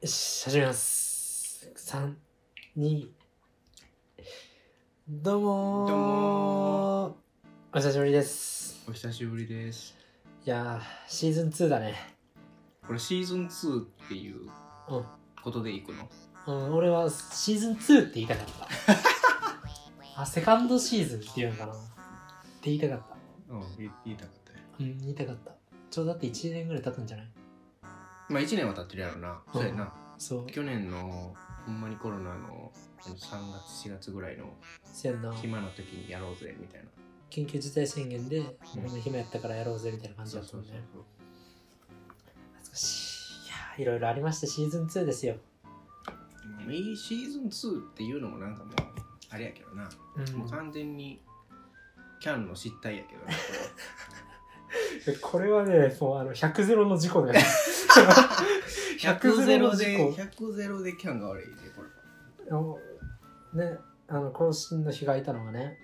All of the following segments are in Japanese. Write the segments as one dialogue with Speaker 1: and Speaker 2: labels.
Speaker 1: よし、始めます。三、二、どうもー
Speaker 2: どうも
Speaker 1: お久しぶりです。
Speaker 2: お久しぶりです。
Speaker 1: いやー、シーズン2だね。
Speaker 2: これシーズン2っていう
Speaker 1: うん。
Speaker 2: ことでいくの
Speaker 1: うん、俺はシーズン2って言いたかった。 あ、セカンドシーズンっていうのかな。って言いたかった。
Speaker 2: うん、い言いたかったよ。
Speaker 1: うん、言いたかった。ちょうどだって1年ぐらい経ったんじゃない
Speaker 2: まあ1年は経ってるやろな。そうやな。
Speaker 1: そう。
Speaker 2: 去年のほんまにコロナのあの3月4月ぐらいの
Speaker 1: せやんな。
Speaker 2: 暇な時にやろうぜみたいな。
Speaker 1: 緊急事態宣言で、俺も暇やったからやろうぜみたいな感じだったもんね。
Speaker 2: そう。
Speaker 1: 懐かしい。いやー、いろいろありました。シーズン2ですよ。
Speaker 2: まあいいシーズン2っていうのもなんかもうあれやけどな。
Speaker 1: うん、
Speaker 2: もう完全にキャンの失態やけど な。こ
Speaker 1: これはね、もうあの、100ゼロの事故 だよ。
Speaker 2: れ
Speaker 1: 100ゼロ
Speaker 2: で、
Speaker 1: 事故
Speaker 2: 100ゼロでキャンが悪いで、これは。
Speaker 1: あのね、あの、更新の日がいたのがね、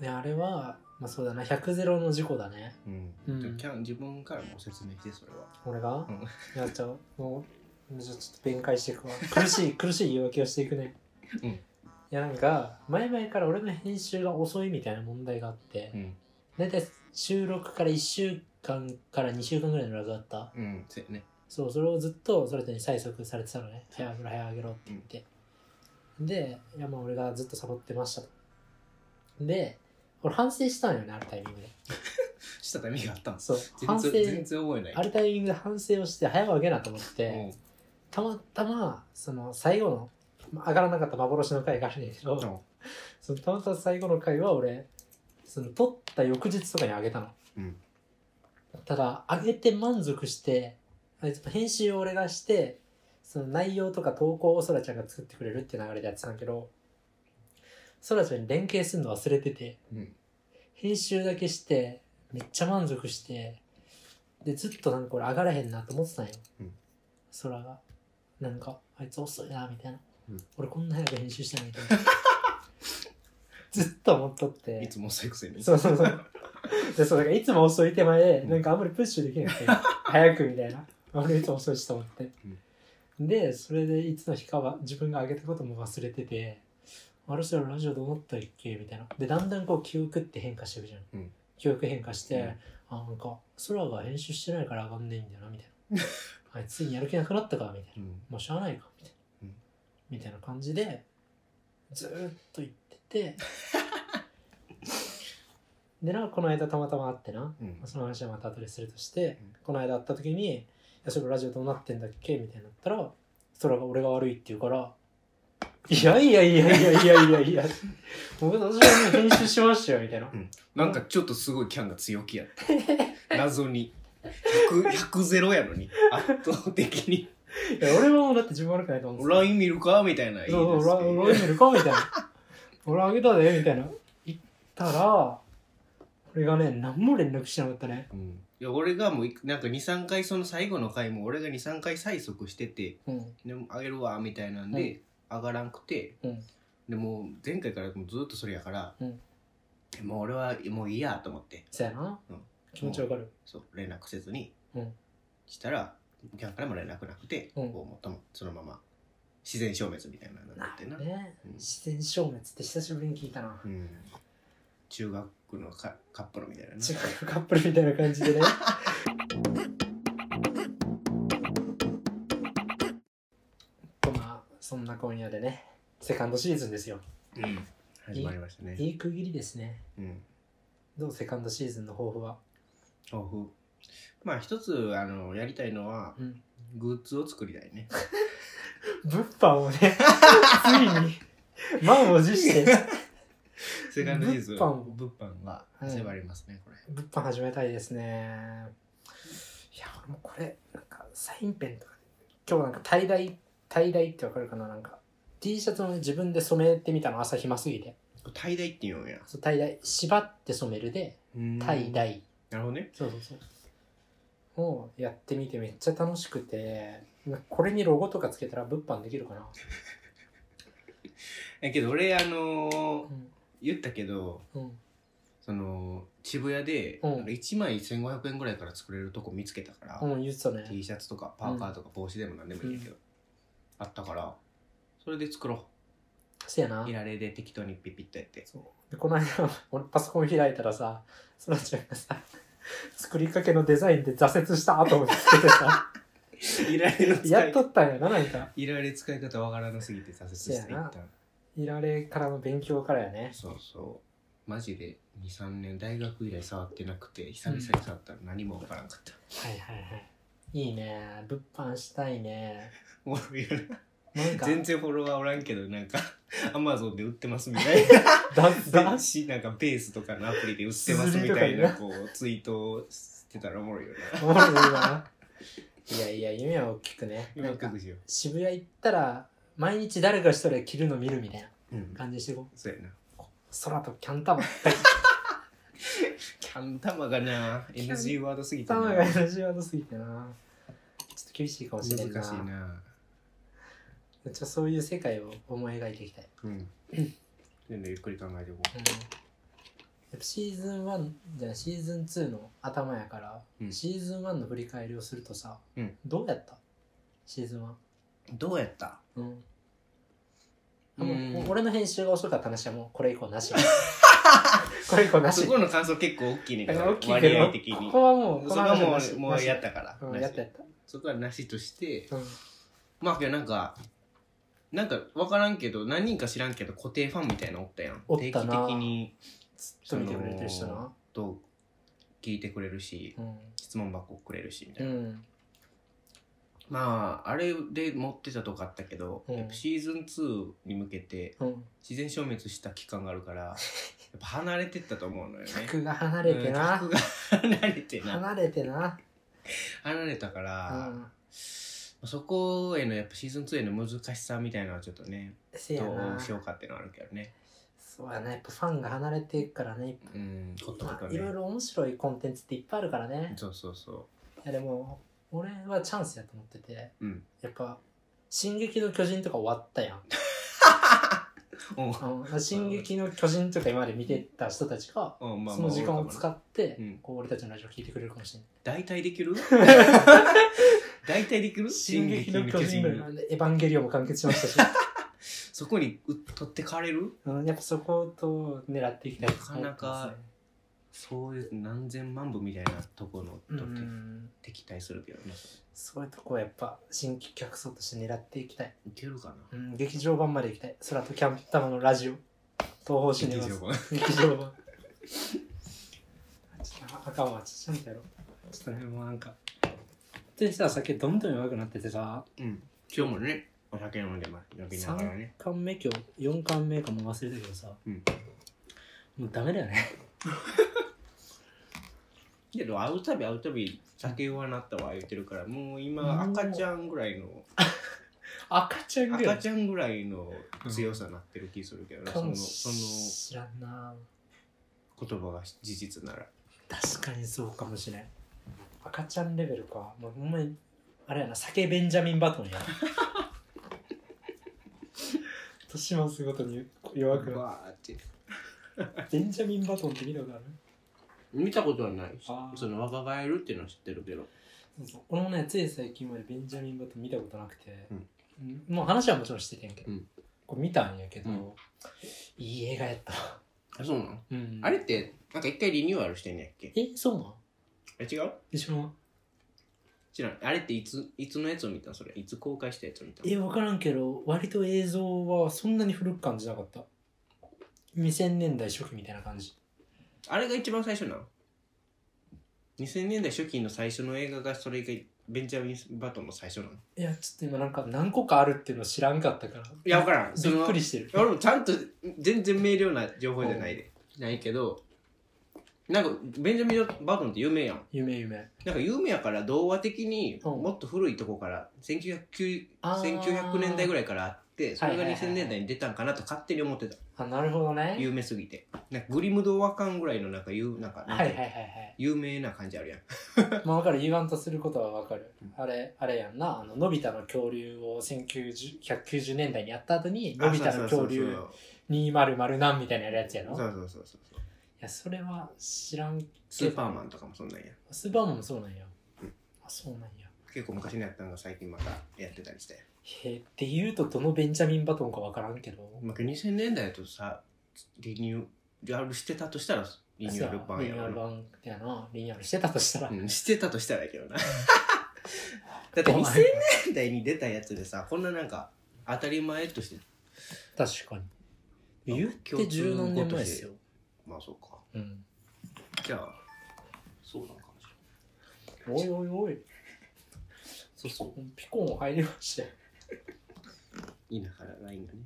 Speaker 1: ねあれは、まあそうだな、100ゼロの事故だね。
Speaker 2: うん。
Speaker 1: うん
Speaker 2: じゃあキャン、自分からもう説明して、それは。
Speaker 1: 俺が、
Speaker 2: うん
Speaker 1: やっちゃう。もう、ちょっと弁解していくわ。苦 しい、苦しい言い訳をしていくね。
Speaker 2: うん
Speaker 1: いや、なんか、前々から俺の編集が遅いみたいな問題があって、
Speaker 2: うん。
Speaker 1: だいたい収録から1週間から2週間ぐらいのラグがあった。
Speaker 2: うん、そうやね。
Speaker 1: そう、それをずっとそれに催促されてたのね。早上げろ、早上げろって言って。で、いや、まあ俺がずっとサボってましたと。で、俺反省したんよね、あるタイミングで。
Speaker 2: したためがあったんです。
Speaker 1: そう、
Speaker 2: 全
Speaker 1: 反省
Speaker 2: 然、全然覚えない。
Speaker 1: あるタイミングで反省をして早上げなと思って、
Speaker 2: う
Speaker 1: たまたま、その最後の、まあ上がらなかった幻の回があるんやけど、
Speaker 2: ん。
Speaker 1: そのたまたま最後の回は俺、その撮った翌日とかに上げたの。
Speaker 2: うん。
Speaker 1: ただ上げて満足してあちょっと編集を俺がしてその内容とか投稿をそらちゃんが作ってくれるって流れでやってたんだけどそらちゃんに連携するの忘れてて
Speaker 2: うん。
Speaker 1: 編集だけしてめっちゃ満足してでずっとなんか俺上がらへんなと思ってたんよ、
Speaker 2: うん
Speaker 1: そらがなんかあいつ遅いなみたいな、
Speaker 2: うん
Speaker 1: 俺こんな早く編集してないみたいな ずっと思っとって
Speaker 2: いつも遅いくせに。
Speaker 1: そうそうそう。で、そう、だからいつも遅い手前で、
Speaker 2: うん
Speaker 1: なんかあんまりプッシュできなくて、早くみたいな。俺いつも遅いしと思って。で、それでいつの日かは自分が上げたことも忘れてて、あれしたらラジオどうなったっけみたいな。で、だんだんこう記憶って変化していくじゃん。
Speaker 2: うん
Speaker 1: 記憶変化して、
Speaker 2: うん
Speaker 1: あ、なんか、空が編集してないから上がんねえんだよな、みたい な。あいついにやる気なくなったか、みたいな。
Speaker 2: うん。
Speaker 1: もうしゃあないかみたいな、
Speaker 2: うん
Speaker 1: みたいな感じでずーっと言って てでなこの間たまたま会ってな
Speaker 2: うん。
Speaker 1: その話はまた後でするとして、
Speaker 2: うん
Speaker 1: この間会った時に「いやそれラジオどうなってんだっけ?」みたいになったら「空が俺が悪い」って言うから「いやいやいやいやいやいやい や僕私はもう編集しましたよ」みたいな
Speaker 2: なんかちょっとすごいキャンが強気 やった。謎に。100、100ゼロやのに。圧倒的に。
Speaker 1: いや俺はもうだって自分悪くないと思うんですよ
Speaker 2: LINE 見るかみたいな。いいです
Speaker 1: そうそう、俺、俺見るかみたい な。俺あげたで、みたいな。行ったら、俺がね、何も連絡しなかったね。
Speaker 2: うんいや俺がもういなんか23回その最後の回も俺が23回催促してて
Speaker 1: うん。
Speaker 2: でもあげるわみたいなんで、上がらんくて
Speaker 1: うん。
Speaker 2: でもう前回からもうずっとそれやから、
Speaker 1: うん
Speaker 2: もう俺はもういいやと思って
Speaker 1: そやな。
Speaker 2: うん
Speaker 1: 気持ちわかる。
Speaker 2: そう連絡せずに、
Speaker 1: うん
Speaker 2: したらお客からも連絡なくて、
Speaker 1: うん
Speaker 2: こうもっともそのまま自然消滅みたいなのになってな、
Speaker 1: ね、
Speaker 2: うん
Speaker 1: 自然消滅って久しぶりに聞いたな
Speaker 2: う。ん、中学のカカップルみたいなな
Speaker 1: 中華カップルみたいな感じでね。とまあ、そんな今夜でね、セカンドシーズンですよ。
Speaker 2: うん、始まりましたね
Speaker 1: いい区切りですね。
Speaker 2: うん
Speaker 1: どうセカンドシーズンの抱負は。
Speaker 2: 抱負まあ一つあのやりたいのは
Speaker 1: うん。
Speaker 2: グッズを作りたいね
Speaker 1: 物販をね、 ついに、満を持して、
Speaker 2: セカンドシーズン
Speaker 1: 物販を
Speaker 2: 物販が
Speaker 1: うん
Speaker 2: 迫りますね、これ
Speaker 1: 物販始めたいですね。いや、俺もこれ、なんか、サインペンとか、今日なんか、滞在、滞在ってわかるかななんか、T シャツをね、自分で染めてみたの、朝暇すぎて。
Speaker 2: これ滞在っていうんや
Speaker 1: そう、滞在、縛って染めるで、
Speaker 2: うん
Speaker 1: 滞在。
Speaker 2: なるほどね
Speaker 1: そうそうそう。をやってみてめっちゃ楽しくて、これにロゴとかつけたら物販できるかな。
Speaker 2: えけど俺あのー
Speaker 1: うん。
Speaker 2: 言ったけど
Speaker 1: うん。
Speaker 2: その渋谷で、
Speaker 1: うん
Speaker 2: あの1枚1500円ぐらいから作れるとこ見つけたから、
Speaker 1: うん、言ってたね。
Speaker 2: T シャツとかパーカーとか帽子でも何でもいいんだけど、あったからそれで作ろ
Speaker 1: せやな
Speaker 2: うい。られで適当にピピッと やって
Speaker 1: そうでこの間俺 パソコン開いたらさそらちゃんがさ作りかけのデザインで挫折した後もつけ てさ
Speaker 2: いられの使い
Speaker 1: やっとったんやななんか
Speaker 2: いられ使い方わからなすぎて挫折した
Speaker 1: せやな
Speaker 2: 一旦
Speaker 1: いられからの勉強からやね
Speaker 2: そうそうマジで23年大学以来触ってなくて久々に触ったら何もわからんかった、
Speaker 1: はいはいはいいいね物販したいね
Speaker 2: おもろいよな
Speaker 1: なんか
Speaker 2: 全然フォロワーおらんけど なんかアマゾンで売ってますみたいな
Speaker 1: だだ
Speaker 2: 雑誌なんかベースとかのアプリで売ってますみたいな
Speaker 1: す
Speaker 2: こうツイートをしてたらおもろいよな
Speaker 1: おもろいないやいや夢は大きくね
Speaker 2: 今
Speaker 1: なん
Speaker 2: 隠
Speaker 1: か
Speaker 2: しよ
Speaker 1: 渋谷行ったら毎日誰か一人着るの見るみたいな
Speaker 2: う、うん、
Speaker 1: 感じしてこう
Speaker 2: そうやな
Speaker 1: 空とキャン タマ
Speaker 2: キャン玉がな
Speaker 1: キャン
Speaker 2: NG ワードすぎて な
Speaker 1: 頭が同じワードすぎてなちょっと厳しいかもしれんな
Speaker 2: 難しいな
Speaker 1: ちょっとそういう世界を思い描いていきたい、
Speaker 2: うん全部ゆっくり考えていこ
Speaker 1: うん、やっぱシーズン1じゃないシーズン2の頭やから、
Speaker 2: うん
Speaker 1: シーズン1の振り返りをするとさ、
Speaker 2: うん
Speaker 1: どうやったシーズン1、
Speaker 2: うどうやった
Speaker 1: うんあ
Speaker 2: う
Speaker 1: もうん俺の編集が遅かった話はもうこれ以降 なしこれ以降なし
Speaker 2: そこの感想結構大きいねん
Speaker 1: あ
Speaker 2: け
Speaker 1: の
Speaker 2: ど
Speaker 1: 大きいけ
Speaker 2: 割合
Speaker 1: ど
Speaker 2: 的に
Speaker 1: ここはもう
Speaker 2: そ
Speaker 1: こ
Speaker 2: こ
Speaker 1: の
Speaker 2: は
Speaker 1: 話
Speaker 2: も
Speaker 1: なし
Speaker 2: うもうやっ
Speaker 1: な
Speaker 2: たから
Speaker 1: しうん
Speaker 2: なし
Speaker 1: やったやっ
Speaker 2: そこはなしとして
Speaker 1: た、うん、
Speaker 2: まあけどなんかなんか分からんけど何人か知らんけど固定ファンみたいなのおったやん
Speaker 1: おったな
Speaker 2: 定期的に
Speaker 1: ずっと見てくれてる人な
Speaker 2: と聞いてくれるし
Speaker 1: うん
Speaker 2: 質問箱くれるしみた
Speaker 1: う
Speaker 2: いな、
Speaker 1: ん
Speaker 2: まああれで持ってたとこあったけど、
Speaker 1: うん
Speaker 2: やっぱシーズン2に向けて
Speaker 1: うん
Speaker 2: 自然消滅した期間があ るからやっぱ離れてったと思うのよね
Speaker 1: 客が離れてな、
Speaker 2: うん客が離れてな
Speaker 1: 離れてな、
Speaker 2: 離れたから、
Speaker 1: うん、
Speaker 2: そこへのやっぱシーズン2への難しさみたいなのはちょっとね
Speaker 1: せや
Speaker 2: ど
Speaker 1: な
Speaker 2: うしようかっていうのはあるけどね
Speaker 1: そうやなやっぱファンが離れていくからね、
Speaker 2: うんことと
Speaker 1: ま
Speaker 2: か
Speaker 1: あ、い
Speaker 2: ね
Speaker 1: ろいろ面白いコンテンツっていっぱいあるからね
Speaker 2: そうそうそ
Speaker 1: いやでも俺はチャンスやと思ってて、
Speaker 2: うん
Speaker 1: やっぱ「進撃の巨人」とか終わった やん
Speaker 2: ううん
Speaker 1: あの「進撃の巨人」とか今まで見てた人たちが
Speaker 2: うんまあまあ
Speaker 1: その時間を使って、
Speaker 2: うん
Speaker 1: こう俺たちのラジオ聞いてくれるかもしれない
Speaker 2: 大体で きる大体でき
Speaker 1: 「
Speaker 2: る
Speaker 1: 進撃の巨人」
Speaker 2: 進
Speaker 1: ぐ
Speaker 2: 撃
Speaker 1: らい
Speaker 2: の巨
Speaker 1: な
Speaker 2: 人
Speaker 1: んで「エヴァンゲリオン」も完結しましたし、
Speaker 2: そこにう取ってかれる
Speaker 1: うん、やっぱそこと狙っていきたいと思ってますね
Speaker 2: なかなかそういう何千万部みたいなところ
Speaker 1: う
Speaker 2: とて
Speaker 1: ん
Speaker 2: 敵対するけどね
Speaker 1: そういうとこはやっぱ新規客層として狙っていきたい、
Speaker 2: いけるかな
Speaker 1: うん、劇場版まで行きたい空とキャンプ玉のラジオ東方シネマ
Speaker 2: 劇
Speaker 1: ズ
Speaker 2: 場版
Speaker 1: 劇場版ちょっとあかんわちょっとちゃんとやろう
Speaker 2: ちょっとねもうなんか
Speaker 1: でさ酒どんどん弱くなっててさ
Speaker 2: うん今日もねお酒飲んでます飲みながら
Speaker 1: 3
Speaker 2: ね
Speaker 1: 巻目今日4巻目かも忘れたけどさ、
Speaker 2: うん
Speaker 1: もうダメだよね
Speaker 2: けど会うたび会うたび酒弱なったわ言ってるからもう今
Speaker 1: うん
Speaker 2: 赤ちゃんぐらいの
Speaker 1: 赤ちゃんぐら
Speaker 2: 赤
Speaker 1: い
Speaker 2: ちゃんぐらいの強さになってる気するけどな
Speaker 1: か
Speaker 2: そ
Speaker 1: も
Speaker 2: のそ
Speaker 1: しらんな
Speaker 2: の言葉が事実なら
Speaker 1: 確かにそうかもしれん赤ちゃんレベルかもうほんまにあれやな酒ベンジャミンバトン や年もすごとに弱くなる
Speaker 2: わーって
Speaker 1: ベンジャミンバトンって見たことある
Speaker 2: 見たことはない
Speaker 1: あー
Speaker 2: その若返るっていうのは知ってるけど
Speaker 1: そうそう俺もねつい最近までベンジャミン・バトン見たことなくて、
Speaker 2: うん
Speaker 1: うんもう話はもちろんしててんけど、
Speaker 2: うん
Speaker 1: こう見たんやけど、
Speaker 2: うん
Speaker 1: いい映画やった、
Speaker 2: あそうなの
Speaker 1: うん
Speaker 2: あれってなんか一回リニューアルしてんねやっけ
Speaker 1: えそうなん
Speaker 2: え違う
Speaker 1: でしょ
Speaker 2: 知らんあれっていついつのやつを見たのそれいつ公開したやつを見たの
Speaker 1: え分からんけど割と映像はそんなに古く感じなかった2000年代初期みたいな感じ
Speaker 2: あれが一番最初なの2000年代初期の最初の映画がそれがベンチャー・ウィンスバトンの最初なの
Speaker 1: いやちょっと今なんか何個かあるっていうの知らんかったから
Speaker 2: いや分からんそ
Speaker 1: びっ
Speaker 2: の
Speaker 1: くりしてる
Speaker 2: 俺もちゃんと全然明瞭な情報じゃないでないけどなんかベンジャミン・バトンって有名やん
Speaker 1: 夢夢
Speaker 2: なんか有名やから童話的に
Speaker 1: うん
Speaker 2: もっと古いとこから1909
Speaker 1: あー
Speaker 2: 1900年代ぐらいからあってそれが
Speaker 1: はいはいはい
Speaker 2: 2000年代に出たんかなと勝手に思ってた
Speaker 1: あなるほどね
Speaker 2: 有名すぎてなんかグリム童話館ぐらいのなんか有なんかなん
Speaker 1: は
Speaker 2: て
Speaker 1: い
Speaker 2: い
Speaker 1: はい
Speaker 2: うの
Speaker 1: はいはい
Speaker 2: 有名な感じあるやん
Speaker 1: まあわかる言わんとすることはわかる
Speaker 2: うん。
Speaker 1: あれ、あれやんな。あの、のび太の恐竜を1990年代にやった後に、のび太の恐竜
Speaker 2: あ
Speaker 1: 200何みたいなやるやつや
Speaker 2: そう
Speaker 1: ろ。
Speaker 2: そうそうそうそうそうそうそう
Speaker 1: やそれは知らん
Speaker 2: スーパーマンとかもそんなんや
Speaker 1: スーパーマンもそうなんや、
Speaker 2: うん
Speaker 1: あそうなんや
Speaker 2: 結構昔のやったのが最近またやってたりして
Speaker 1: へえって言うとどのベンジャミン・バトンかわからんけど
Speaker 2: まあ2000年代だとさリニューアルしてたとしたらリニューアル版
Speaker 1: リ
Speaker 2: や
Speaker 1: ニューア
Speaker 2: ろ
Speaker 1: ル
Speaker 2: な、
Speaker 1: 版やなリニューアルしてたとしたら、
Speaker 2: うん、してたとしたらやけどなだって2000年代に出たやつでさこんななんか当たり前として
Speaker 1: 確かに
Speaker 2: 言
Speaker 1: で十何年前ですよ、
Speaker 2: まあそうか
Speaker 1: うん、
Speaker 2: じゃあそうなのかもしれない
Speaker 1: おいおいおい
Speaker 2: そうそう
Speaker 1: ピコン入りましたよ
Speaker 2: いいなからラインがね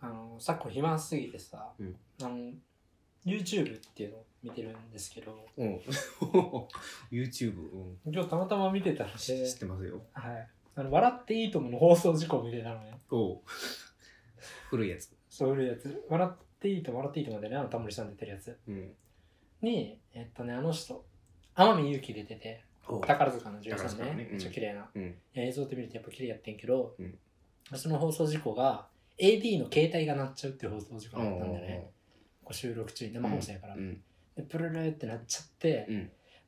Speaker 1: あの昨今暇すぎてさ、
Speaker 2: うん
Speaker 1: あの YouTube っていうのを見てるんですけど
Speaker 2: うん YouTube、うん、
Speaker 1: 今日たまたま見てたらし
Speaker 2: 知ってますよ
Speaker 1: はい、あの笑っていいともの放送事故みたいなのね
Speaker 2: おう古いやつ
Speaker 1: そういうやつ笑っていいとも笑っていいともでねあのタモリさん出てるやつ
Speaker 2: うん
Speaker 1: にえっとねあの人天海祐希出てて
Speaker 2: おう
Speaker 1: 宝塚の女優
Speaker 2: 宝
Speaker 1: さん
Speaker 2: 塚
Speaker 1: ね
Speaker 2: のねうん
Speaker 1: めっちゃ綺麗な、
Speaker 2: うん
Speaker 1: いや映像って見るとやっぱ綺麗やってんけど、
Speaker 2: うん
Speaker 1: その放送事故が AD の携帯が鳴っちゃうっていう放送事故
Speaker 2: おう
Speaker 1: だ
Speaker 2: お
Speaker 1: ったんだ
Speaker 2: う
Speaker 1: よねこう収録中に生放送やから、
Speaker 2: おううん
Speaker 1: でプルルルってなっちゃって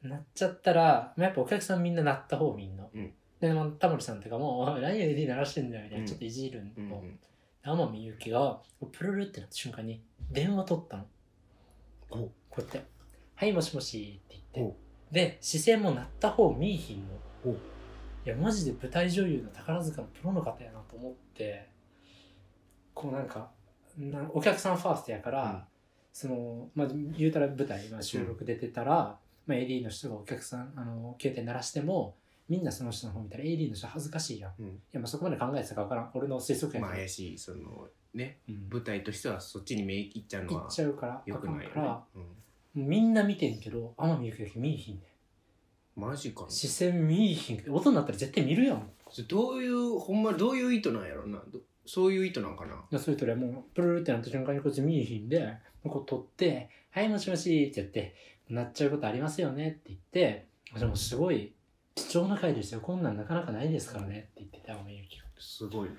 Speaker 2: う、ん
Speaker 1: なっちゃったら、まあ、やっぱお客さんみんななった方みんな、
Speaker 2: うん
Speaker 1: でまあタモリさんとかも「おい何 AD 鳴らしてんだよ」みたいな、
Speaker 2: うん
Speaker 1: ちょっといじるの、
Speaker 2: うんうん
Speaker 1: 天海祐希がプルルってなった瞬間に電話取ったの
Speaker 2: おう
Speaker 1: こうやって「はいもしもし」って言
Speaker 2: お
Speaker 1: っ
Speaker 2: う
Speaker 1: てで視線も鳴った方見いひんの
Speaker 2: おう
Speaker 1: いやマジで舞台女優の宝塚のプロの方やなと思ってこうなんかなお客さんファーストやから、
Speaker 2: うん
Speaker 1: その、まあ、言うたら舞台、まあ、収録出てたら、まあ、AD の人がお客さんあの携帯鳴らしてもみんなその人の方見たら AD の人恥ずかしいやんい
Speaker 2: うん
Speaker 1: やまあそこまで考えてたか分からん俺の推測や
Speaker 2: ま
Speaker 1: けど、
Speaker 2: あ怪しいそのね
Speaker 1: うん
Speaker 2: 舞台としてはそっちに目いっちゃうの
Speaker 1: 行
Speaker 2: は
Speaker 1: っちゃうから
Speaker 2: よ
Speaker 1: あ
Speaker 2: く
Speaker 1: かん
Speaker 2: な
Speaker 1: か
Speaker 2: いよね
Speaker 1: ら、みんな見てんけど天海祐希だけ見いひんね
Speaker 2: うんマジかなん
Speaker 1: 視線見いひんけど音になったら絶対見るやんい
Speaker 2: それどういうほんまどういう意図なんやろなどそういう意図なんかな
Speaker 1: やそれとれもうプルルってなった瞬間にこっち見いひんでこう撮って「はいもしもし」って言って「なっちゃうことありますよね」って言ってでもすごい貴重な回ですよこんなんなかなかないですからねって言ってた天海祐希が
Speaker 2: すごいない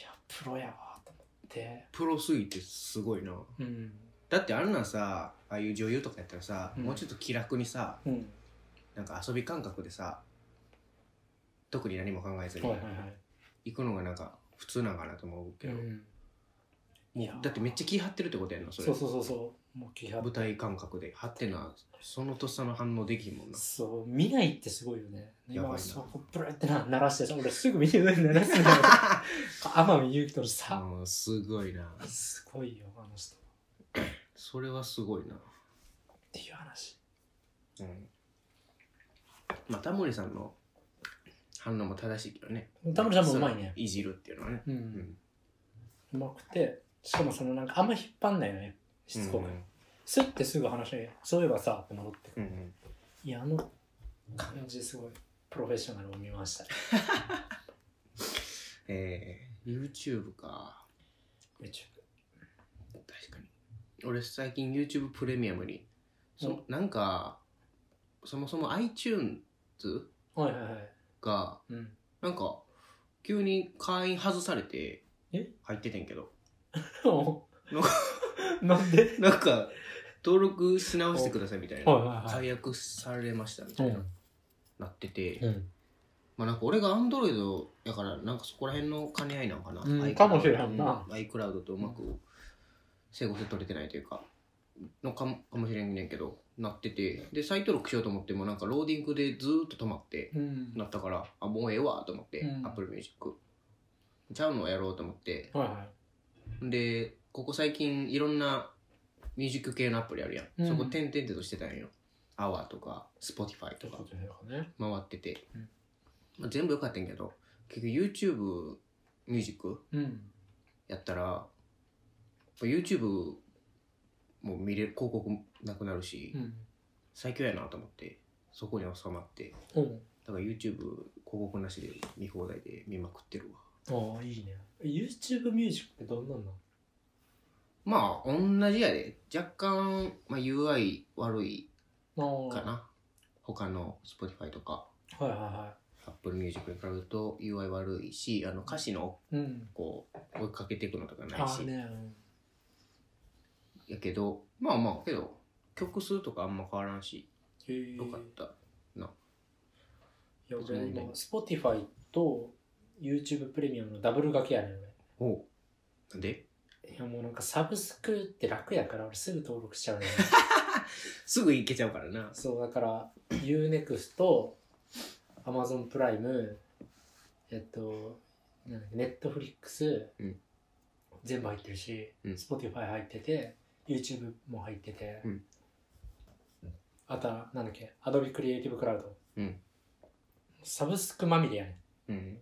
Speaker 1: やプロやわと思って
Speaker 2: プロすぎてすごいな
Speaker 1: うん
Speaker 2: だってあんなんさああいう女優とかやったらさ、
Speaker 1: うん
Speaker 2: もうちょっと気楽にさ
Speaker 1: うん
Speaker 2: なんか遊び感覚でさ特に何も考えず
Speaker 1: はい
Speaker 2: に
Speaker 1: はいはい
Speaker 2: 行くのがなんか普通なんかなと思うけど、
Speaker 1: うんいや
Speaker 2: だってめっちゃ気張ってるってことやんなそれ
Speaker 1: そうそうそうそうもう気張
Speaker 2: 舞台感覚で張ってなそのとっさの反応できひんも んな
Speaker 1: そう見ないってすごいよね
Speaker 2: やばい
Speaker 1: 今
Speaker 2: な
Speaker 1: そこブルってな鳴らしてさ俺すぐ見てない鳴らすのよ 天海祐希とのさ、
Speaker 2: うんすごいな
Speaker 1: すごいよあの人っ
Speaker 2: それはすごいな
Speaker 1: ていう話
Speaker 2: うんまあタモリさんの反応も正しいけどね
Speaker 1: 田村さんもうまいね
Speaker 2: そのいじるっていうのはね
Speaker 1: う
Speaker 2: うん
Speaker 1: うまくてしかもそのなんかあんま引っ張んないよねしつこく、
Speaker 2: うん
Speaker 1: スッてすぐ話がそういえばさって戻ってくる
Speaker 2: うんうん
Speaker 1: いやあの感じすごいプロフェッショナルを見ました
Speaker 2: えー、YouTube か
Speaker 1: YouTube
Speaker 2: 確かに俺最近 YouTube プレミアムにそ、
Speaker 1: うん
Speaker 2: なんかそもそも iTunes
Speaker 1: はいはいはい
Speaker 2: が
Speaker 1: うん
Speaker 2: なんか急に会員外されて
Speaker 1: え
Speaker 2: 入っててんけど
Speaker 1: なんで
Speaker 2: なんか登録し直してくださいみた
Speaker 1: は
Speaker 2: い
Speaker 1: い
Speaker 2: な
Speaker 1: はいはい
Speaker 2: 解約されましたみたいな、
Speaker 1: うん
Speaker 2: なってて、
Speaker 1: うん
Speaker 2: まあなんか俺がアンドロイドやからなんかそこら辺の兼ね合いなのかな、
Speaker 1: うん
Speaker 2: iCloud
Speaker 1: かもしれんな
Speaker 2: うん iCloud とうまく整合性取れてないというかのかもかもしれんねんけどなっててで再登録しようと思ってもなんかローディングでずーっと止まって
Speaker 1: うん
Speaker 2: なったからあもうええわと思って、
Speaker 1: うん
Speaker 2: Apple Music ちゃうのをやろうと思って
Speaker 1: はいはい
Speaker 2: でここ最近いろんなミュージック系のアプリあるやん、
Speaker 1: うん
Speaker 2: そこ点々としてたんよ Hour とか Spotify
Speaker 1: と
Speaker 2: と
Speaker 1: いう
Speaker 2: か
Speaker 1: ことでね
Speaker 2: 回ってて、
Speaker 1: うん
Speaker 2: まあ、全部良かったんやけど結局 YouTube ミュージック
Speaker 1: うん
Speaker 2: やったらやっぱ YouTube も見れる広告もなくなるし、
Speaker 1: うん
Speaker 2: 最強やなと思ってそこに収まって
Speaker 1: うん
Speaker 2: だから YouTube 広告なしで見放題で見まくってるわ
Speaker 1: ああいいね YouTube ミュージックってどんなんなの
Speaker 2: まあ同じやで若干、まあ、UI 悪い
Speaker 1: あ
Speaker 2: かな他の Spotify とか
Speaker 1: あはいはいは
Speaker 2: Apple Music に比べると UI 悪いしあの歌詞の
Speaker 1: いうん
Speaker 2: こう追いかけていくのとかない
Speaker 1: ああ
Speaker 2: し
Speaker 1: ね
Speaker 2: やけどまあまあけど曲数とかあんま変わらんし
Speaker 1: へえ
Speaker 2: よかった
Speaker 1: いや俺今 Spotify と YouTube プレミアムのダブル掛けやねん俺
Speaker 2: おうなんで
Speaker 1: いやもうなんかサブスクって楽やから俺すぐ登録しちゃ うねん
Speaker 2: すぐ行けちゃうからな
Speaker 1: そうだから UNEXT と Amazon プライムえっとなんだっけ Netflix、
Speaker 2: うん
Speaker 1: 全部入ってるし、
Speaker 2: うん
Speaker 1: Spotify 入ってて YouTube も入ってて、
Speaker 2: うん
Speaker 1: あとはなんだっけ Adobe Creative Cloud
Speaker 2: うん
Speaker 1: サブスクまみれやねん
Speaker 2: うん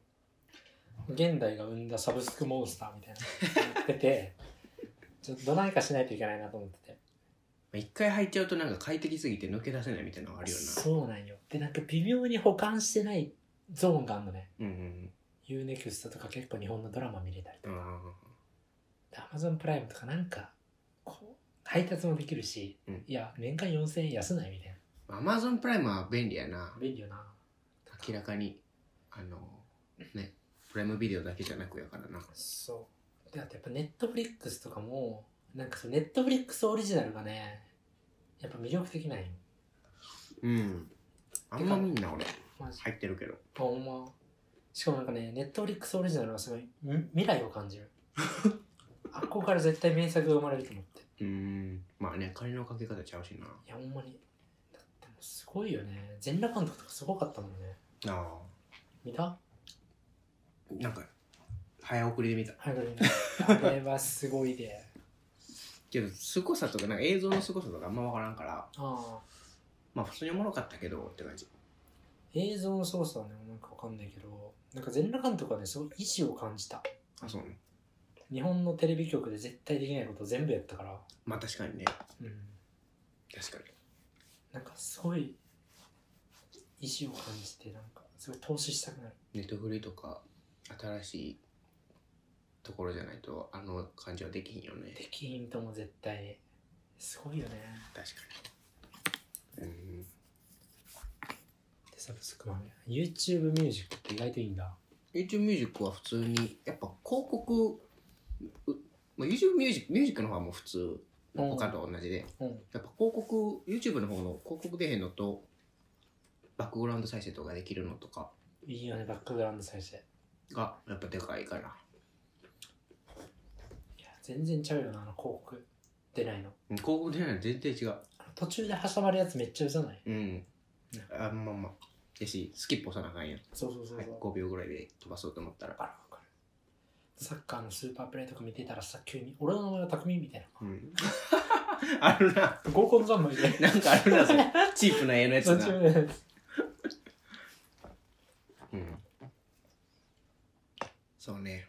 Speaker 1: 現代が生んだサブスクモンスターみたいなのやっててちょっとどないかしないといけないなと思ってて
Speaker 2: まあ一回入っちゃうとなんか快適すぎて抜け出せないみたいなのがあるよ
Speaker 1: そうなんよでなんか微妙に保管してないゾーンがあるのね
Speaker 2: なうん
Speaker 1: UNEXT とか結構日本のドラマ見れたりと
Speaker 2: うんうんあ
Speaker 1: か Amazon プライムとかなんかこう配達もできるし、
Speaker 2: うん
Speaker 1: いや年間4000円安ないみたいな
Speaker 2: あ Amazon プライムは便利やな
Speaker 1: 便利よな
Speaker 2: 明らかにあのねプライムビデオだけじゃなくやからな
Speaker 1: そうであとやっぱ Netflix とかもなんかその Netflix オリジナルがねやっぱ魅力的なんよ
Speaker 2: うんあんまみんな俺
Speaker 1: マジ
Speaker 2: 入ってるけど
Speaker 1: あほんましかもなんかねネットフリックスオリジナルはすごい未来を感じるあっこから絶対名作が生まれると思っていう
Speaker 2: ーんまあね金のかけ方ちゃうしな
Speaker 1: やほんまにだってもうすごいよね全裸監督とかすごかったもんね
Speaker 2: あ
Speaker 1: 見た
Speaker 2: あなんか早送りで見た
Speaker 1: 早く見たあれはすごいで
Speaker 2: けど凄さとかなんか映像の凄さとかあんま分からんから
Speaker 1: ああ
Speaker 2: まあ普通におもろかったけどって感じ
Speaker 1: 映像の操作はねなんかわかんないけどなんか全裸監督はねすごい意志を感じた
Speaker 2: あそうね
Speaker 1: 日本のテレビ局で絶対できないことを全部やったから
Speaker 2: まあ確かにね
Speaker 1: うん
Speaker 2: 確かに
Speaker 1: なんかすごい意志を感じてなんかすごい投資したくなる
Speaker 2: ネットフリとか新しいところじゃないとあの感じはできひんよね
Speaker 1: できひんとも絶対にすごいよね
Speaker 2: 確かにうん
Speaker 1: でサブスクはね YouTube ミュージックって意外といいんだ
Speaker 2: YouTube ミュージックは普通にやっぱ広告うまあ、YouTube ミュージックミュージックの方はもう普通
Speaker 1: うん
Speaker 2: 他と同じで、
Speaker 1: うん
Speaker 2: やっぱ広告 YouTube の方の広告出へんのとバックグラウンド再生とかできるのとか
Speaker 1: いいよねバックグラウンド再生
Speaker 2: がやっぱでかいから
Speaker 1: いや全然ちゃうよなあの広告出ないの
Speaker 2: うん広告出ないの全然違う
Speaker 1: あの途中で挟まるやつめっちゃうざない
Speaker 2: うんあまあまあやしスキップ押さなあかんやん、
Speaker 1: そうそうそう
Speaker 2: はい、
Speaker 1: そう
Speaker 2: 5秒ぐらいで飛ばそうと思ったら
Speaker 1: わかるわかるサッカーのスーパープレーとか見てたらさ急に俺の名前は匠みたいな
Speaker 2: うん あるな
Speaker 1: 合コン三 昧で
Speaker 2: なんかあるなそ れチープな絵のやつ
Speaker 1: 途
Speaker 2: な
Speaker 1: 中で
Speaker 2: うんそうね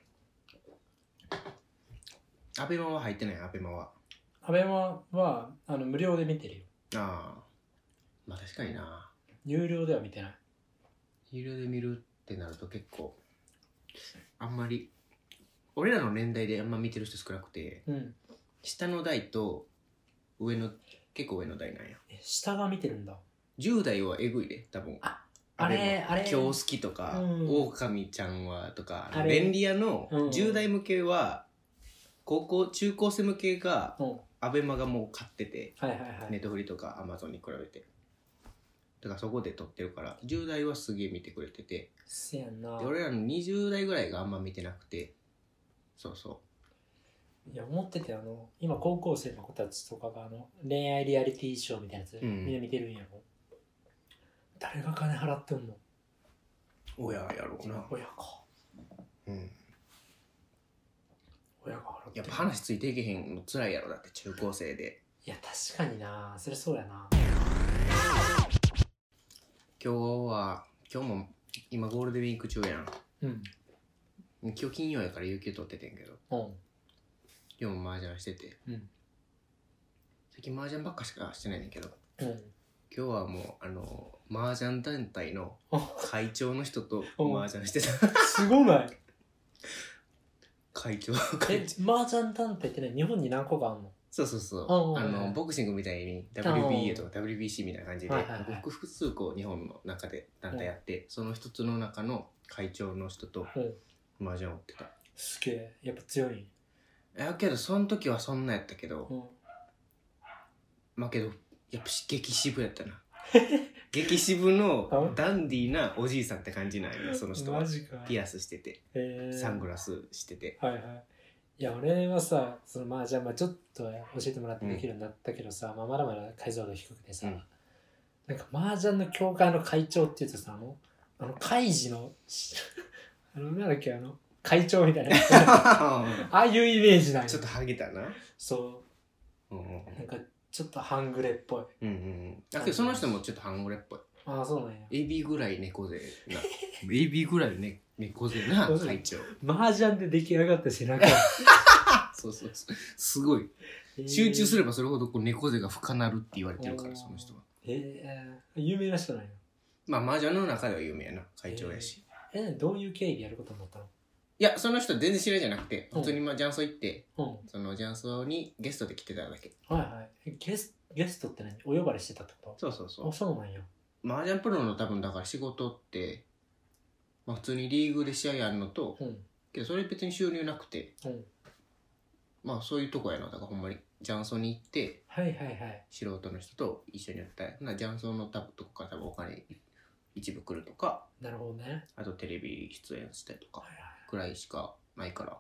Speaker 2: アベマは入ってないアベマは
Speaker 1: アベマはあの無料で見てるよ
Speaker 2: ああまあ確かにな
Speaker 1: 有料では見てない
Speaker 2: 有料で見るってなると結構あんまり俺らの年代であんま見てる人少なくて
Speaker 1: うん
Speaker 2: 下の代と上の結構上の代なんや
Speaker 1: え下が見てるんだ
Speaker 2: 10代はえぐいで多分
Speaker 1: ああれあれ
Speaker 2: 今日好きとか
Speaker 1: うん
Speaker 2: オオカミちゃんはとか
Speaker 1: あれ
Speaker 2: 便利屋の
Speaker 1: うん
Speaker 2: 10代向けは高校中高生向けが
Speaker 1: うんは
Speaker 2: アベマがもう買ってて
Speaker 1: いはいはい
Speaker 2: ネットフリとかアマゾンに比べてだからそこで撮ってるから10代はすげえ見てくれてて
Speaker 1: せやんな
Speaker 2: で俺らの20代ぐらいがあんま見てなくてそうそ
Speaker 1: いや思っててあの今高校生の子たちとかがあの恋愛リアリティショーみたいなやつ、
Speaker 2: うん
Speaker 1: みんな見てるんやろ誰が金払ってんの
Speaker 2: う親やろうな、
Speaker 1: 親か
Speaker 2: うん、
Speaker 1: 親が払って
Speaker 2: やっ
Speaker 1: る
Speaker 2: ぱ話ついていけへんのつらいやろだって中高生で
Speaker 1: いや確かになそれそうやな
Speaker 2: 今日は今日も今ゴールデンウィーク中やん
Speaker 1: うん
Speaker 2: 今日金曜やから有給取っててんけど
Speaker 1: うん
Speaker 2: 今日も麻雀してて
Speaker 1: うん
Speaker 2: 最近麻雀ばっかしかしてないねんけど
Speaker 1: うん
Speaker 2: 今日はもうあの麻雀団体の会長の人と
Speaker 1: うん
Speaker 2: 麻雀してた
Speaker 1: すごない
Speaker 2: 会長
Speaker 1: え麻雀団体ってね日本に何個かあんの
Speaker 2: そうそうそう
Speaker 1: うん
Speaker 2: あ
Speaker 1: うん
Speaker 2: のボクシングみたいに
Speaker 1: ん
Speaker 2: WBA とか WBC みたいな感じで
Speaker 1: はいはいはい
Speaker 2: 複数個日本の中で団体やってその一つの中の会長の人と
Speaker 1: うん
Speaker 2: 麻雀を打ってた
Speaker 1: すげえやっぱ強いん
Speaker 2: いやけどその時はそんなやったけど
Speaker 1: うん
Speaker 2: まあけどやっぱし激渋 やったな激渋のダンディーなおじいさんって感じなんやその人は
Speaker 1: マジか
Speaker 2: ピアスしてて
Speaker 1: えー
Speaker 2: サングラスしてて
Speaker 1: はいはい。いや、俺はさ、そのまあ、じゃあ、まあ、ちょっと教えてもらってできるようになったけどさ、まあ、まだまだ解像度低くてさ、
Speaker 2: うん
Speaker 1: なんか、麻雀の協会の会長って言うとさ、あの、あの、会議の、 しあの、なんだっけ、あの、会長みたい な。ああいうイメージなんよ
Speaker 2: ちょっとハゲたな
Speaker 1: そ
Speaker 2: うんうん
Speaker 1: う、なんか、ちょっと半グレっぽい。
Speaker 2: うんうんだけどその人もちょっと半グレっぽい
Speaker 1: ああ、そうなんや。
Speaker 2: エビぐらい猫 背なエビぐらい、ね、猫背な会長
Speaker 1: 麻雀で出来上がった背 中。
Speaker 2: そうそうそうすごい集中すればそれほどこう猫背が深なるって言われてるからその人は
Speaker 1: えー。えー有名な人なんや。
Speaker 2: まあ麻雀の中では有名やな会長やし、
Speaker 1: えーどういう経緯でやることになったの
Speaker 2: いやその人全然知らんじゃなくて
Speaker 1: うん
Speaker 2: 普通にまあ雀荘行って
Speaker 1: うん。
Speaker 2: その雀荘にゲストで来てただけ
Speaker 1: はいはい。えゲスゲストって何お呼ばれしてたってこ
Speaker 2: そうそう
Speaker 1: とあ、
Speaker 2: そ
Speaker 1: そうなんや。
Speaker 2: う麻雀プロの多分だから仕事って、まあ、普通にリーグで試合やるのと
Speaker 1: うん。
Speaker 2: けどそれ別に収入なくて
Speaker 1: うん。
Speaker 2: まあそういうとこやなだからほんまに雀荘に行って
Speaker 1: はいはいはい。
Speaker 2: 素人の人と一緒にやったらな雀荘の多分とこから多分お金一部来るとか
Speaker 1: なるほどね。
Speaker 2: あとテレビ出演したりとか
Speaker 1: はいは
Speaker 2: くらいしかないから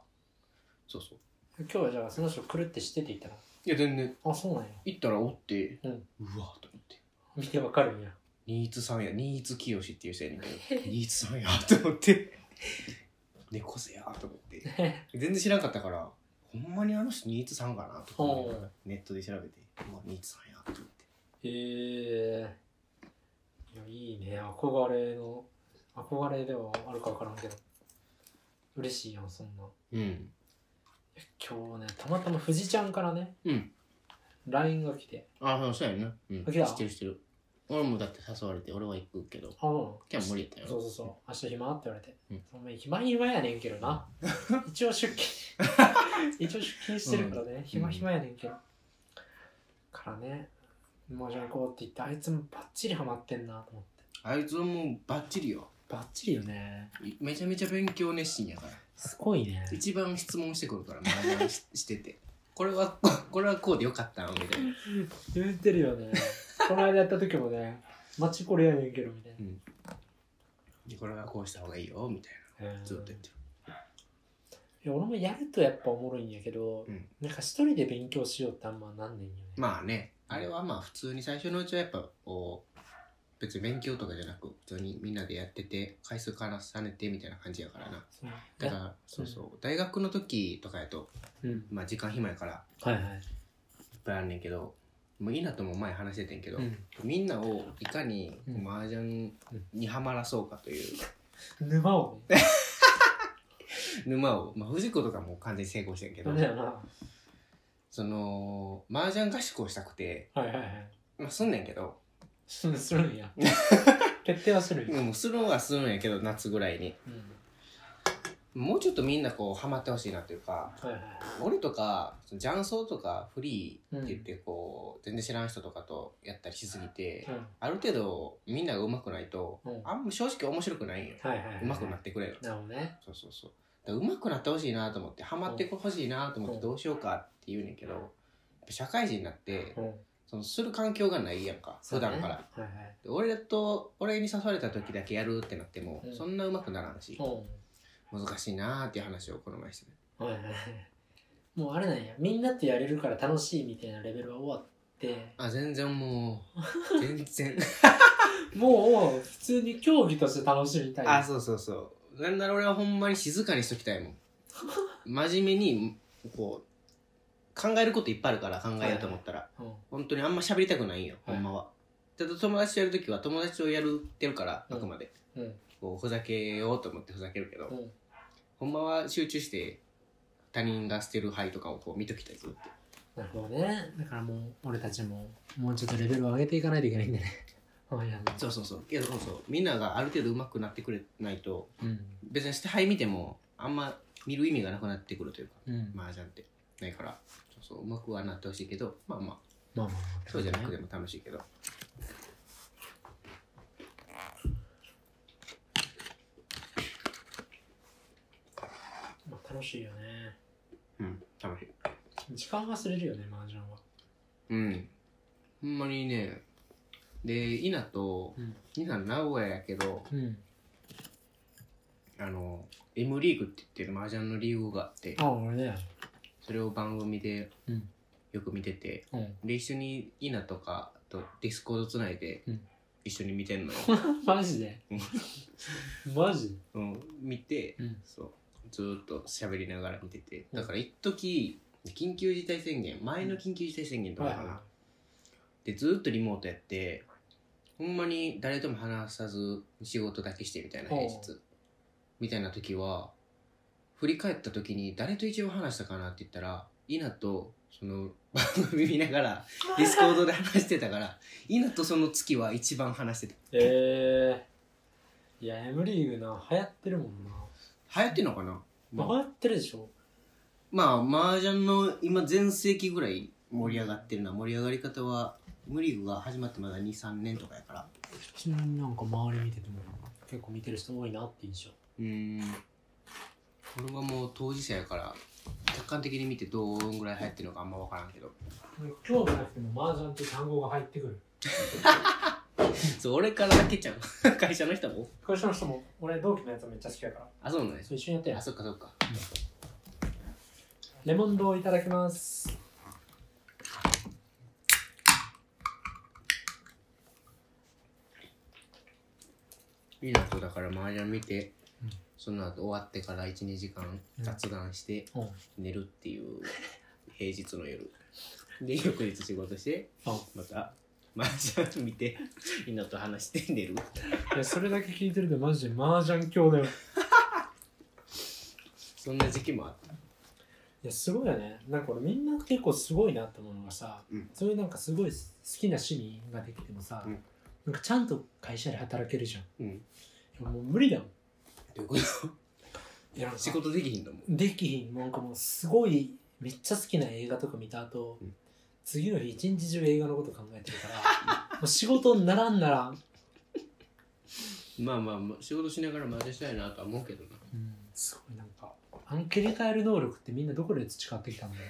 Speaker 2: そうそう
Speaker 1: い。今日はじゃあその人来るって知ってていたら。
Speaker 2: いや全然
Speaker 1: あ、そうなんや。
Speaker 2: 行ったらおって、
Speaker 1: う
Speaker 2: うんわと思って
Speaker 1: 見てわかるんや。
Speaker 2: 新津さんや新津清っていう人やねんけど新津さんやと思って猫背やと思って 全然知らんかったからほんまにあの人新津さんかなとか思いながらネットで調べてうわ新津さんやと思って
Speaker 1: へえー。いや、いいね。憧れの、憧れではあるかわからんけど。嬉しいやん、そんな。
Speaker 2: うん
Speaker 1: 今日ね、たまたま富士ちゃんからね、
Speaker 2: うん。
Speaker 1: LINE が来て。
Speaker 2: あそうそうやんな、うん、
Speaker 1: あ
Speaker 2: 知
Speaker 1: 来た
Speaker 2: ってる知ってる俺もだって誘われて俺は行くけど
Speaker 1: あ、うん。
Speaker 2: 今日は無理やったよ
Speaker 1: そうそうそう。明日暇って言われて。
Speaker 2: うん
Speaker 1: お前暇暇やねんけど な。一応出 勤。一応出勤してるからね。暇暇やねんけど。からね、もうじゃあ行こうって言って、あいつもバッチリハマってんなと思って。
Speaker 2: あいつはもうバッチリよ
Speaker 1: バッチリよね。
Speaker 2: いめちゃめちゃ勉強熱心やから
Speaker 1: すごいね。
Speaker 2: 一番質問してくるから麻雀ししててこれはこれはこうでよかったのみたいな
Speaker 1: 言ってる よね。この間やった時もね、マチこれやねんけどみたいな。
Speaker 2: これはこうした方がいいよみたい
Speaker 1: うん
Speaker 2: なずっと言ってる
Speaker 1: いや俺もやるとやっぱおもろいんやけど、
Speaker 2: うん
Speaker 1: なんか一人で勉強しようってあんまなんねんよね。
Speaker 2: まあねあれはまあ普通に最初のうちはやっぱこう別に勉強とかじゃなく普通にみんなでやってて回数からさねてみたいな感じやからな
Speaker 1: そう
Speaker 2: だからそうそう大学の時とかやと
Speaker 1: うん。
Speaker 2: まあ時間暇やから
Speaker 1: はいはい。
Speaker 2: いっぱいあんねんけどもういいなとも前話しててんけど、
Speaker 1: うん
Speaker 2: みんなをいかに
Speaker 1: うん
Speaker 2: 麻雀にはまらそうかという
Speaker 1: 沼をね。
Speaker 2: 沼を、まあ、藤子とかもう完全に成功してんけど、
Speaker 1: だよな。
Speaker 2: その麻雀合宿をしたくて、
Speaker 1: はいはいはい。
Speaker 2: まあ、すんねんけど、
Speaker 1: するする んや。決定はするんや。
Speaker 2: もうするのはするんやけど夏ぐらいに
Speaker 1: うん。
Speaker 2: もうちょっとみんなこうハマってほしいなというか
Speaker 1: はいはい。
Speaker 2: 俺とかその雀荘とかフリーって言ってこう、全然知らん人とかとやったりしすぎて、ある程度みんなが上手くないと、
Speaker 1: うん。うん。
Speaker 2: あんま正直面白くないんよ、
Speaker 1: はいはいはい。
Speaker 2: 上手くなってくれる
Speaker 1: なるほどね。
Speaker 2: そうそうそうだから上手くなってほしいなと思ってハマってほしいなと思って
Speaker 1: うん
Speaker 2: どうしようかって言うねんけどやっぱ社会人になって
Speaker 1: うん。
Speaker 2: そのする環境がないやんか普段から、
Speaker 1: そうね。はいはい。
Speaker 2: で俺と俺に誘われた時だけやるってなっても、
Speaker 1: うん
Speaker 2: そんな上手くならんし、
Speaker 1: う
Speaker 2: 難しいなーっていう話をこの前してね
Speaker 1: ん。はいはいはい。もうあれなんや。みんなとやれるから楽しいみたいなレベルは終わって、
Speaker 2: あ全然も う全然
Speaker 1: もう普通に競技として楽しみたいな。
Speaker 2: あそうそうそうなんなら俺はほんまに静かにしときたい もん真面目にこう考えることいっぱいあるから考えようと思ったら、
Speaker 1: うん。
Speaker 2: 本当にあんま喋りたくないんよ、
Speaker 1: はい
Speaker 2: ほんまはただ友達とやるときは友達をやるってるからあくまで、
Speaker 1: うん。
Speaker 2: こうふざけようと思ってふざけるけど、
Speaker 1: うん。
Speaker 2: ほんまは集中して他人が捨てる灰とかをこう見ときたいずっと
Speaker 1: なるほどね。だからもう俺たちも、もうちょっとレベルを上げていかないといけないんだね。はいはい。
Speaker 2: そうそうそうけどそうそうみんながある程度上手くなってくれないと
Speaker 1: うん。
Speaker 2: 別にして灰見てもあんま見る意味がなくなってくるというか
Speaker 1: うん。
Speaker 2: 麻雀ってないからそうそう上手くはなってほしいけどまあまあ
Speaker 1: まあまあまあ。
Speaker 2: そうじゃなくても楽しいけど
Speaker 1: まあ楽しいよね。
Speaker 2: うん楽しい
Speaker 1: 時間忘れるよね、麻雀は。
Speaker 2: うんほんまにねで稲と
Speaker 1: うん
Speaker 2: 稲名古屋やけど
Speaker 1: うん。
Speaker 2: あの M リーグって言ってる麻雀のリーグがあって
Speaker 1: あ、俺ね。
Speaker 2: それを番組で
Speaker 1: うん
Speaker 2: よく見てて、
Speaker 1: うん。
Speaker 2: で一緒に稲とかとディスコードつないで
Speaker 1: うん
Speaker 2: 一緒に見て んのよ、
Speaker 1: マジで
Speaker 2: うん
Speaker 1: マジ
Speaker 2: うん、見て
Speaker 1: うん。
Speaker 2: そうずーっと喋りながら見ててだから一時緊急事態宣言前の緊急事態宣言とかかな、
Speaker 1: はいは
Speaker 2: でずーっとリモートやってほんまに誰とも話さず仕事だけしてみたいな平日
Speaker 1: ほ
Speaker 2: みたいな時は振り返った時に誰と一番話したかなって言ったら稲とその番組見な がらディスコードで話してたから稲とその月は一番話して
Speaker 1: ええいや、M リーグな、流行ってるもんな。
Speaker 2: た流行ってんのかな、
Speaker 1: 流行ってるでしょ
Speaker 2: まあ、麻雀の今全盛期ぐらい盛り上がってるな。盛り上がり方は、ムリーグが始まってまだ2、3年とかやから。
Speaker 1: ちなみになんか周り見てても、結構見てる人多いなって印象。
Speaker 2: うーん。俺はもう当事者やから、客観的に見てどんぐらい流行ってるのかあんま分からんけど。
Speaker 1: 興味なくても麻雀って単語が入ってくる。
Speaker 2: そう、俺からだけちゃう。 会社の人も。
Speaker 1: 会社の人も、俺同期のやつめっちゃ好きだから。
Speaker 2: あ、そうなんです。
Speaker 1: そう一緒にやったや
Speaker 2: あ、
Speaker 1: ん。
Speaker 2: そっかそっか。
Speaker 1: レモンドをいただきます。
Speaker 2: いいなとだから麻雀見
Speaker 1: うん
Speaker 2: て、その後終わってから1、2時間雑談して
Speaker 1: うん。
Speaker 2: 寝るって いう平日の夜。で、翌日仕事して、
Speaker 1: あ
Speaker 2: また麻雀見てみんなと話して寝る
Speaker 1: いや、それだけ聞いてるとマジで麻雀教だよ。
Speaker 2: そんな時期もあった
Speaker 1: いやすごいよねなんか俺みんな結構すごいなと思うのがさ、
Speaker 2: うん
Speaker 1: そういうなんかすごい好きな趣味ができてもさ、
Speaker 2: うん
Speaker 1: なんかちゃんと会社で働けるじゃん
Speaker 2: うん
Speaker 1: いやもう無理だもん
Speaker 2: どういうこと
Speaker 1: いやなんか
Speaker 2: 仕事できひんのも
Speaker 1: できひんなんかもうすごいめっちゃ好きな映画とか見た後、
Speaker 2: うん
Speaker 1: 次の日一日中映画のこと考えてるから もう仕事にならんならん、
Speaker 2: まあまあまあ仕事しながらマジしたいなとは思うけどな
Speaker 1: すごいなんかあの切り替える能力ってみんなどこで培ってきたんだろう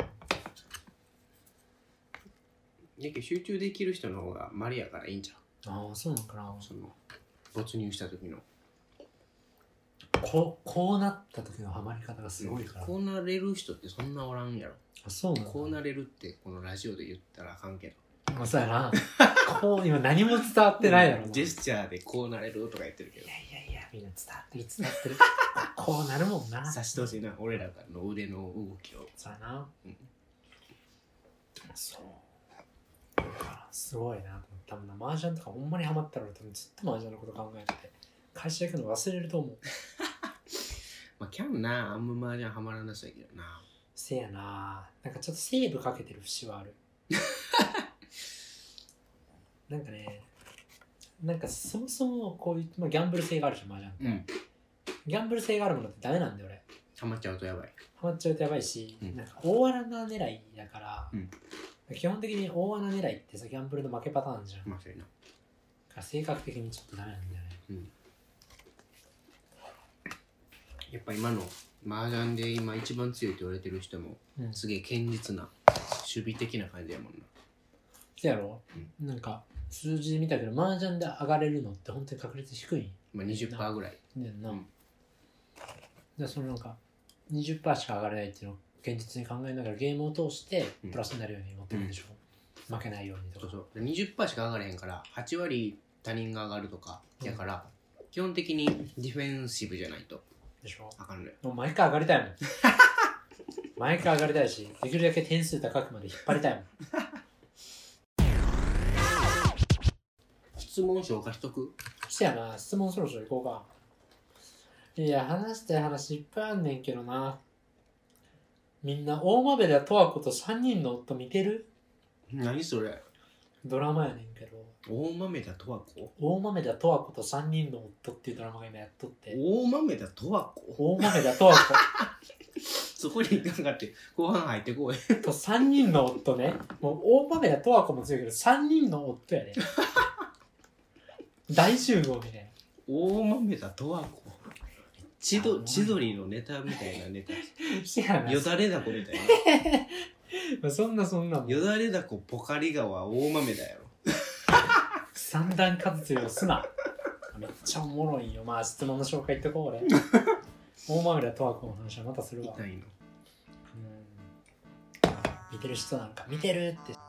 Speaker 2: だけど集中できる人の方がマリやからいいんじゃ
Speaker 1: ああそうなんかなん
Speaker 2: その没入した時の
Speaker 1: こうこうなった時のハマり方がすごいから、
Speaker 2: こうなれる人ってそんなおらんやろ
Speaker 1: あそうなんだ
Speaker 2: こうなれるってこのラジオで言ったらあかんけど
Speaker 1: まあ、そうやな。こう、今何も伝わってないやろ。
Speaker 2: ジェ
Speaker 1: い
Speaker 2: スチャーでこうなれるとか言ってるけど
Speaker 1: やいやいや、みんな伝わってる、伝わってる。こうなるもんな。
Speaker 2: 察してほしいな俺らの腕の動きを
Speaker 1: そうやな
Speaker 2: うん。
Speaker 1: そう。だからすごいなと思った。多分な、麻雀とかほんまにハマったら俺多分ずっと麻雀のこと考えてて、会社行くの忘れると思う。
Speaker 2: まあキャンなあんまマージャンハマらなそうやけどな
Speaker 1: せやな。なんかちょっとセーブかけてる節 はある。なんかね、なんかそもそもこういう、まあ、ギャンブル性があるじゃん、麻雀。
Speaker 2: うん
Speaker 1: ギャンブル性があるものってダメなんだよ、俺。
Speaker 2: ハマっちゃうとやばい
Speaker 1: ハマっちゃうとやばいし、
Speaker 2: うん
Speaker 1: なんか大穴狙いだから、
Speaker 2: うん
Speaker 1: 基本的に大穴狙いってさギャンブルの負けパターンじゃん、だ
Speaker 2: まあそうやな
Speaker 1: から性格的にちょっとダメなんだよね
Speaker 2: やっぱ今の麻雀で今一番強いと言われてる人も
Speaker 1: うん
Speaker 2: すげえ堅実な守備的な感じやもんな
Speaker 1: せやろ、なんか数字で見たけど麻雀で上がれるのって本当に確率低いん
Speaker 2: まあ20%ぐらい
Speaker 1: だよな、
Speaker 2: うん
Speaker 1: だからそのなんか20%しか上がれないっていうのを現実に考えながらゲームを通して
Speaker 2: うん
Speaker 1: プラスになるように持ってるんでしょ、負けないようにと
Speaker 2: そう
Speaker 1: か
Speaker 2: そう20%しか上がれへんから8割他人が上がるとかやから、基本的にディフェンシブじゃないと
Speaker 1: でしょ
Speaker 2: あかんのよ
Speaker 1: もう毎回上がりた いもん。毎回上がりたいし、できるだけ点数高くまで引っ張りたいもん。
Speaker 2: 質問消化しとく
Speaker 1: そやな、質問そろそろ行こうか。いや、話したい話いっぱいあんねんけどな。みんな、大豆田十和子と3人の夫見てる
Speaker 2: 何それ
Speaker 1: ドラマやねんけど、
Speaker 2: 大豆田十和子
Speaker 1: 大豆田十和子と3人の夫っていうドラマが今やっとって、
Speaker 2: 大豆田十和子
Speaker 1: 大豆田十和
Speaker 2: そこに行かんかって後半入ってこい
Speaker 1: 子と3人の夫ね。もう、大豆田十和子も強いけど、3人の夫やね。大集合みたいな。
Speaker 2: 大豆田十和子千鳥千鳥のネタみたいなネタ
Speaker 1: せやな
Speaker 2: よだれだこみたいな
Speaker 1: まあそんなそんなも
Speaker 2: よ
Speaker 1: ん
Speaker 2: だれだこポカリ川大豆だよ。
Speaker 1: 三段活用すなめっちゃおもろいよまあ質問の紹介いっとこう俺大豆田十和子の話はまたするわ
Speaker 2: 痛
Speaker 1: う
Speaker 2: いの。
Speaker 1: ん見てる人なんか見てるって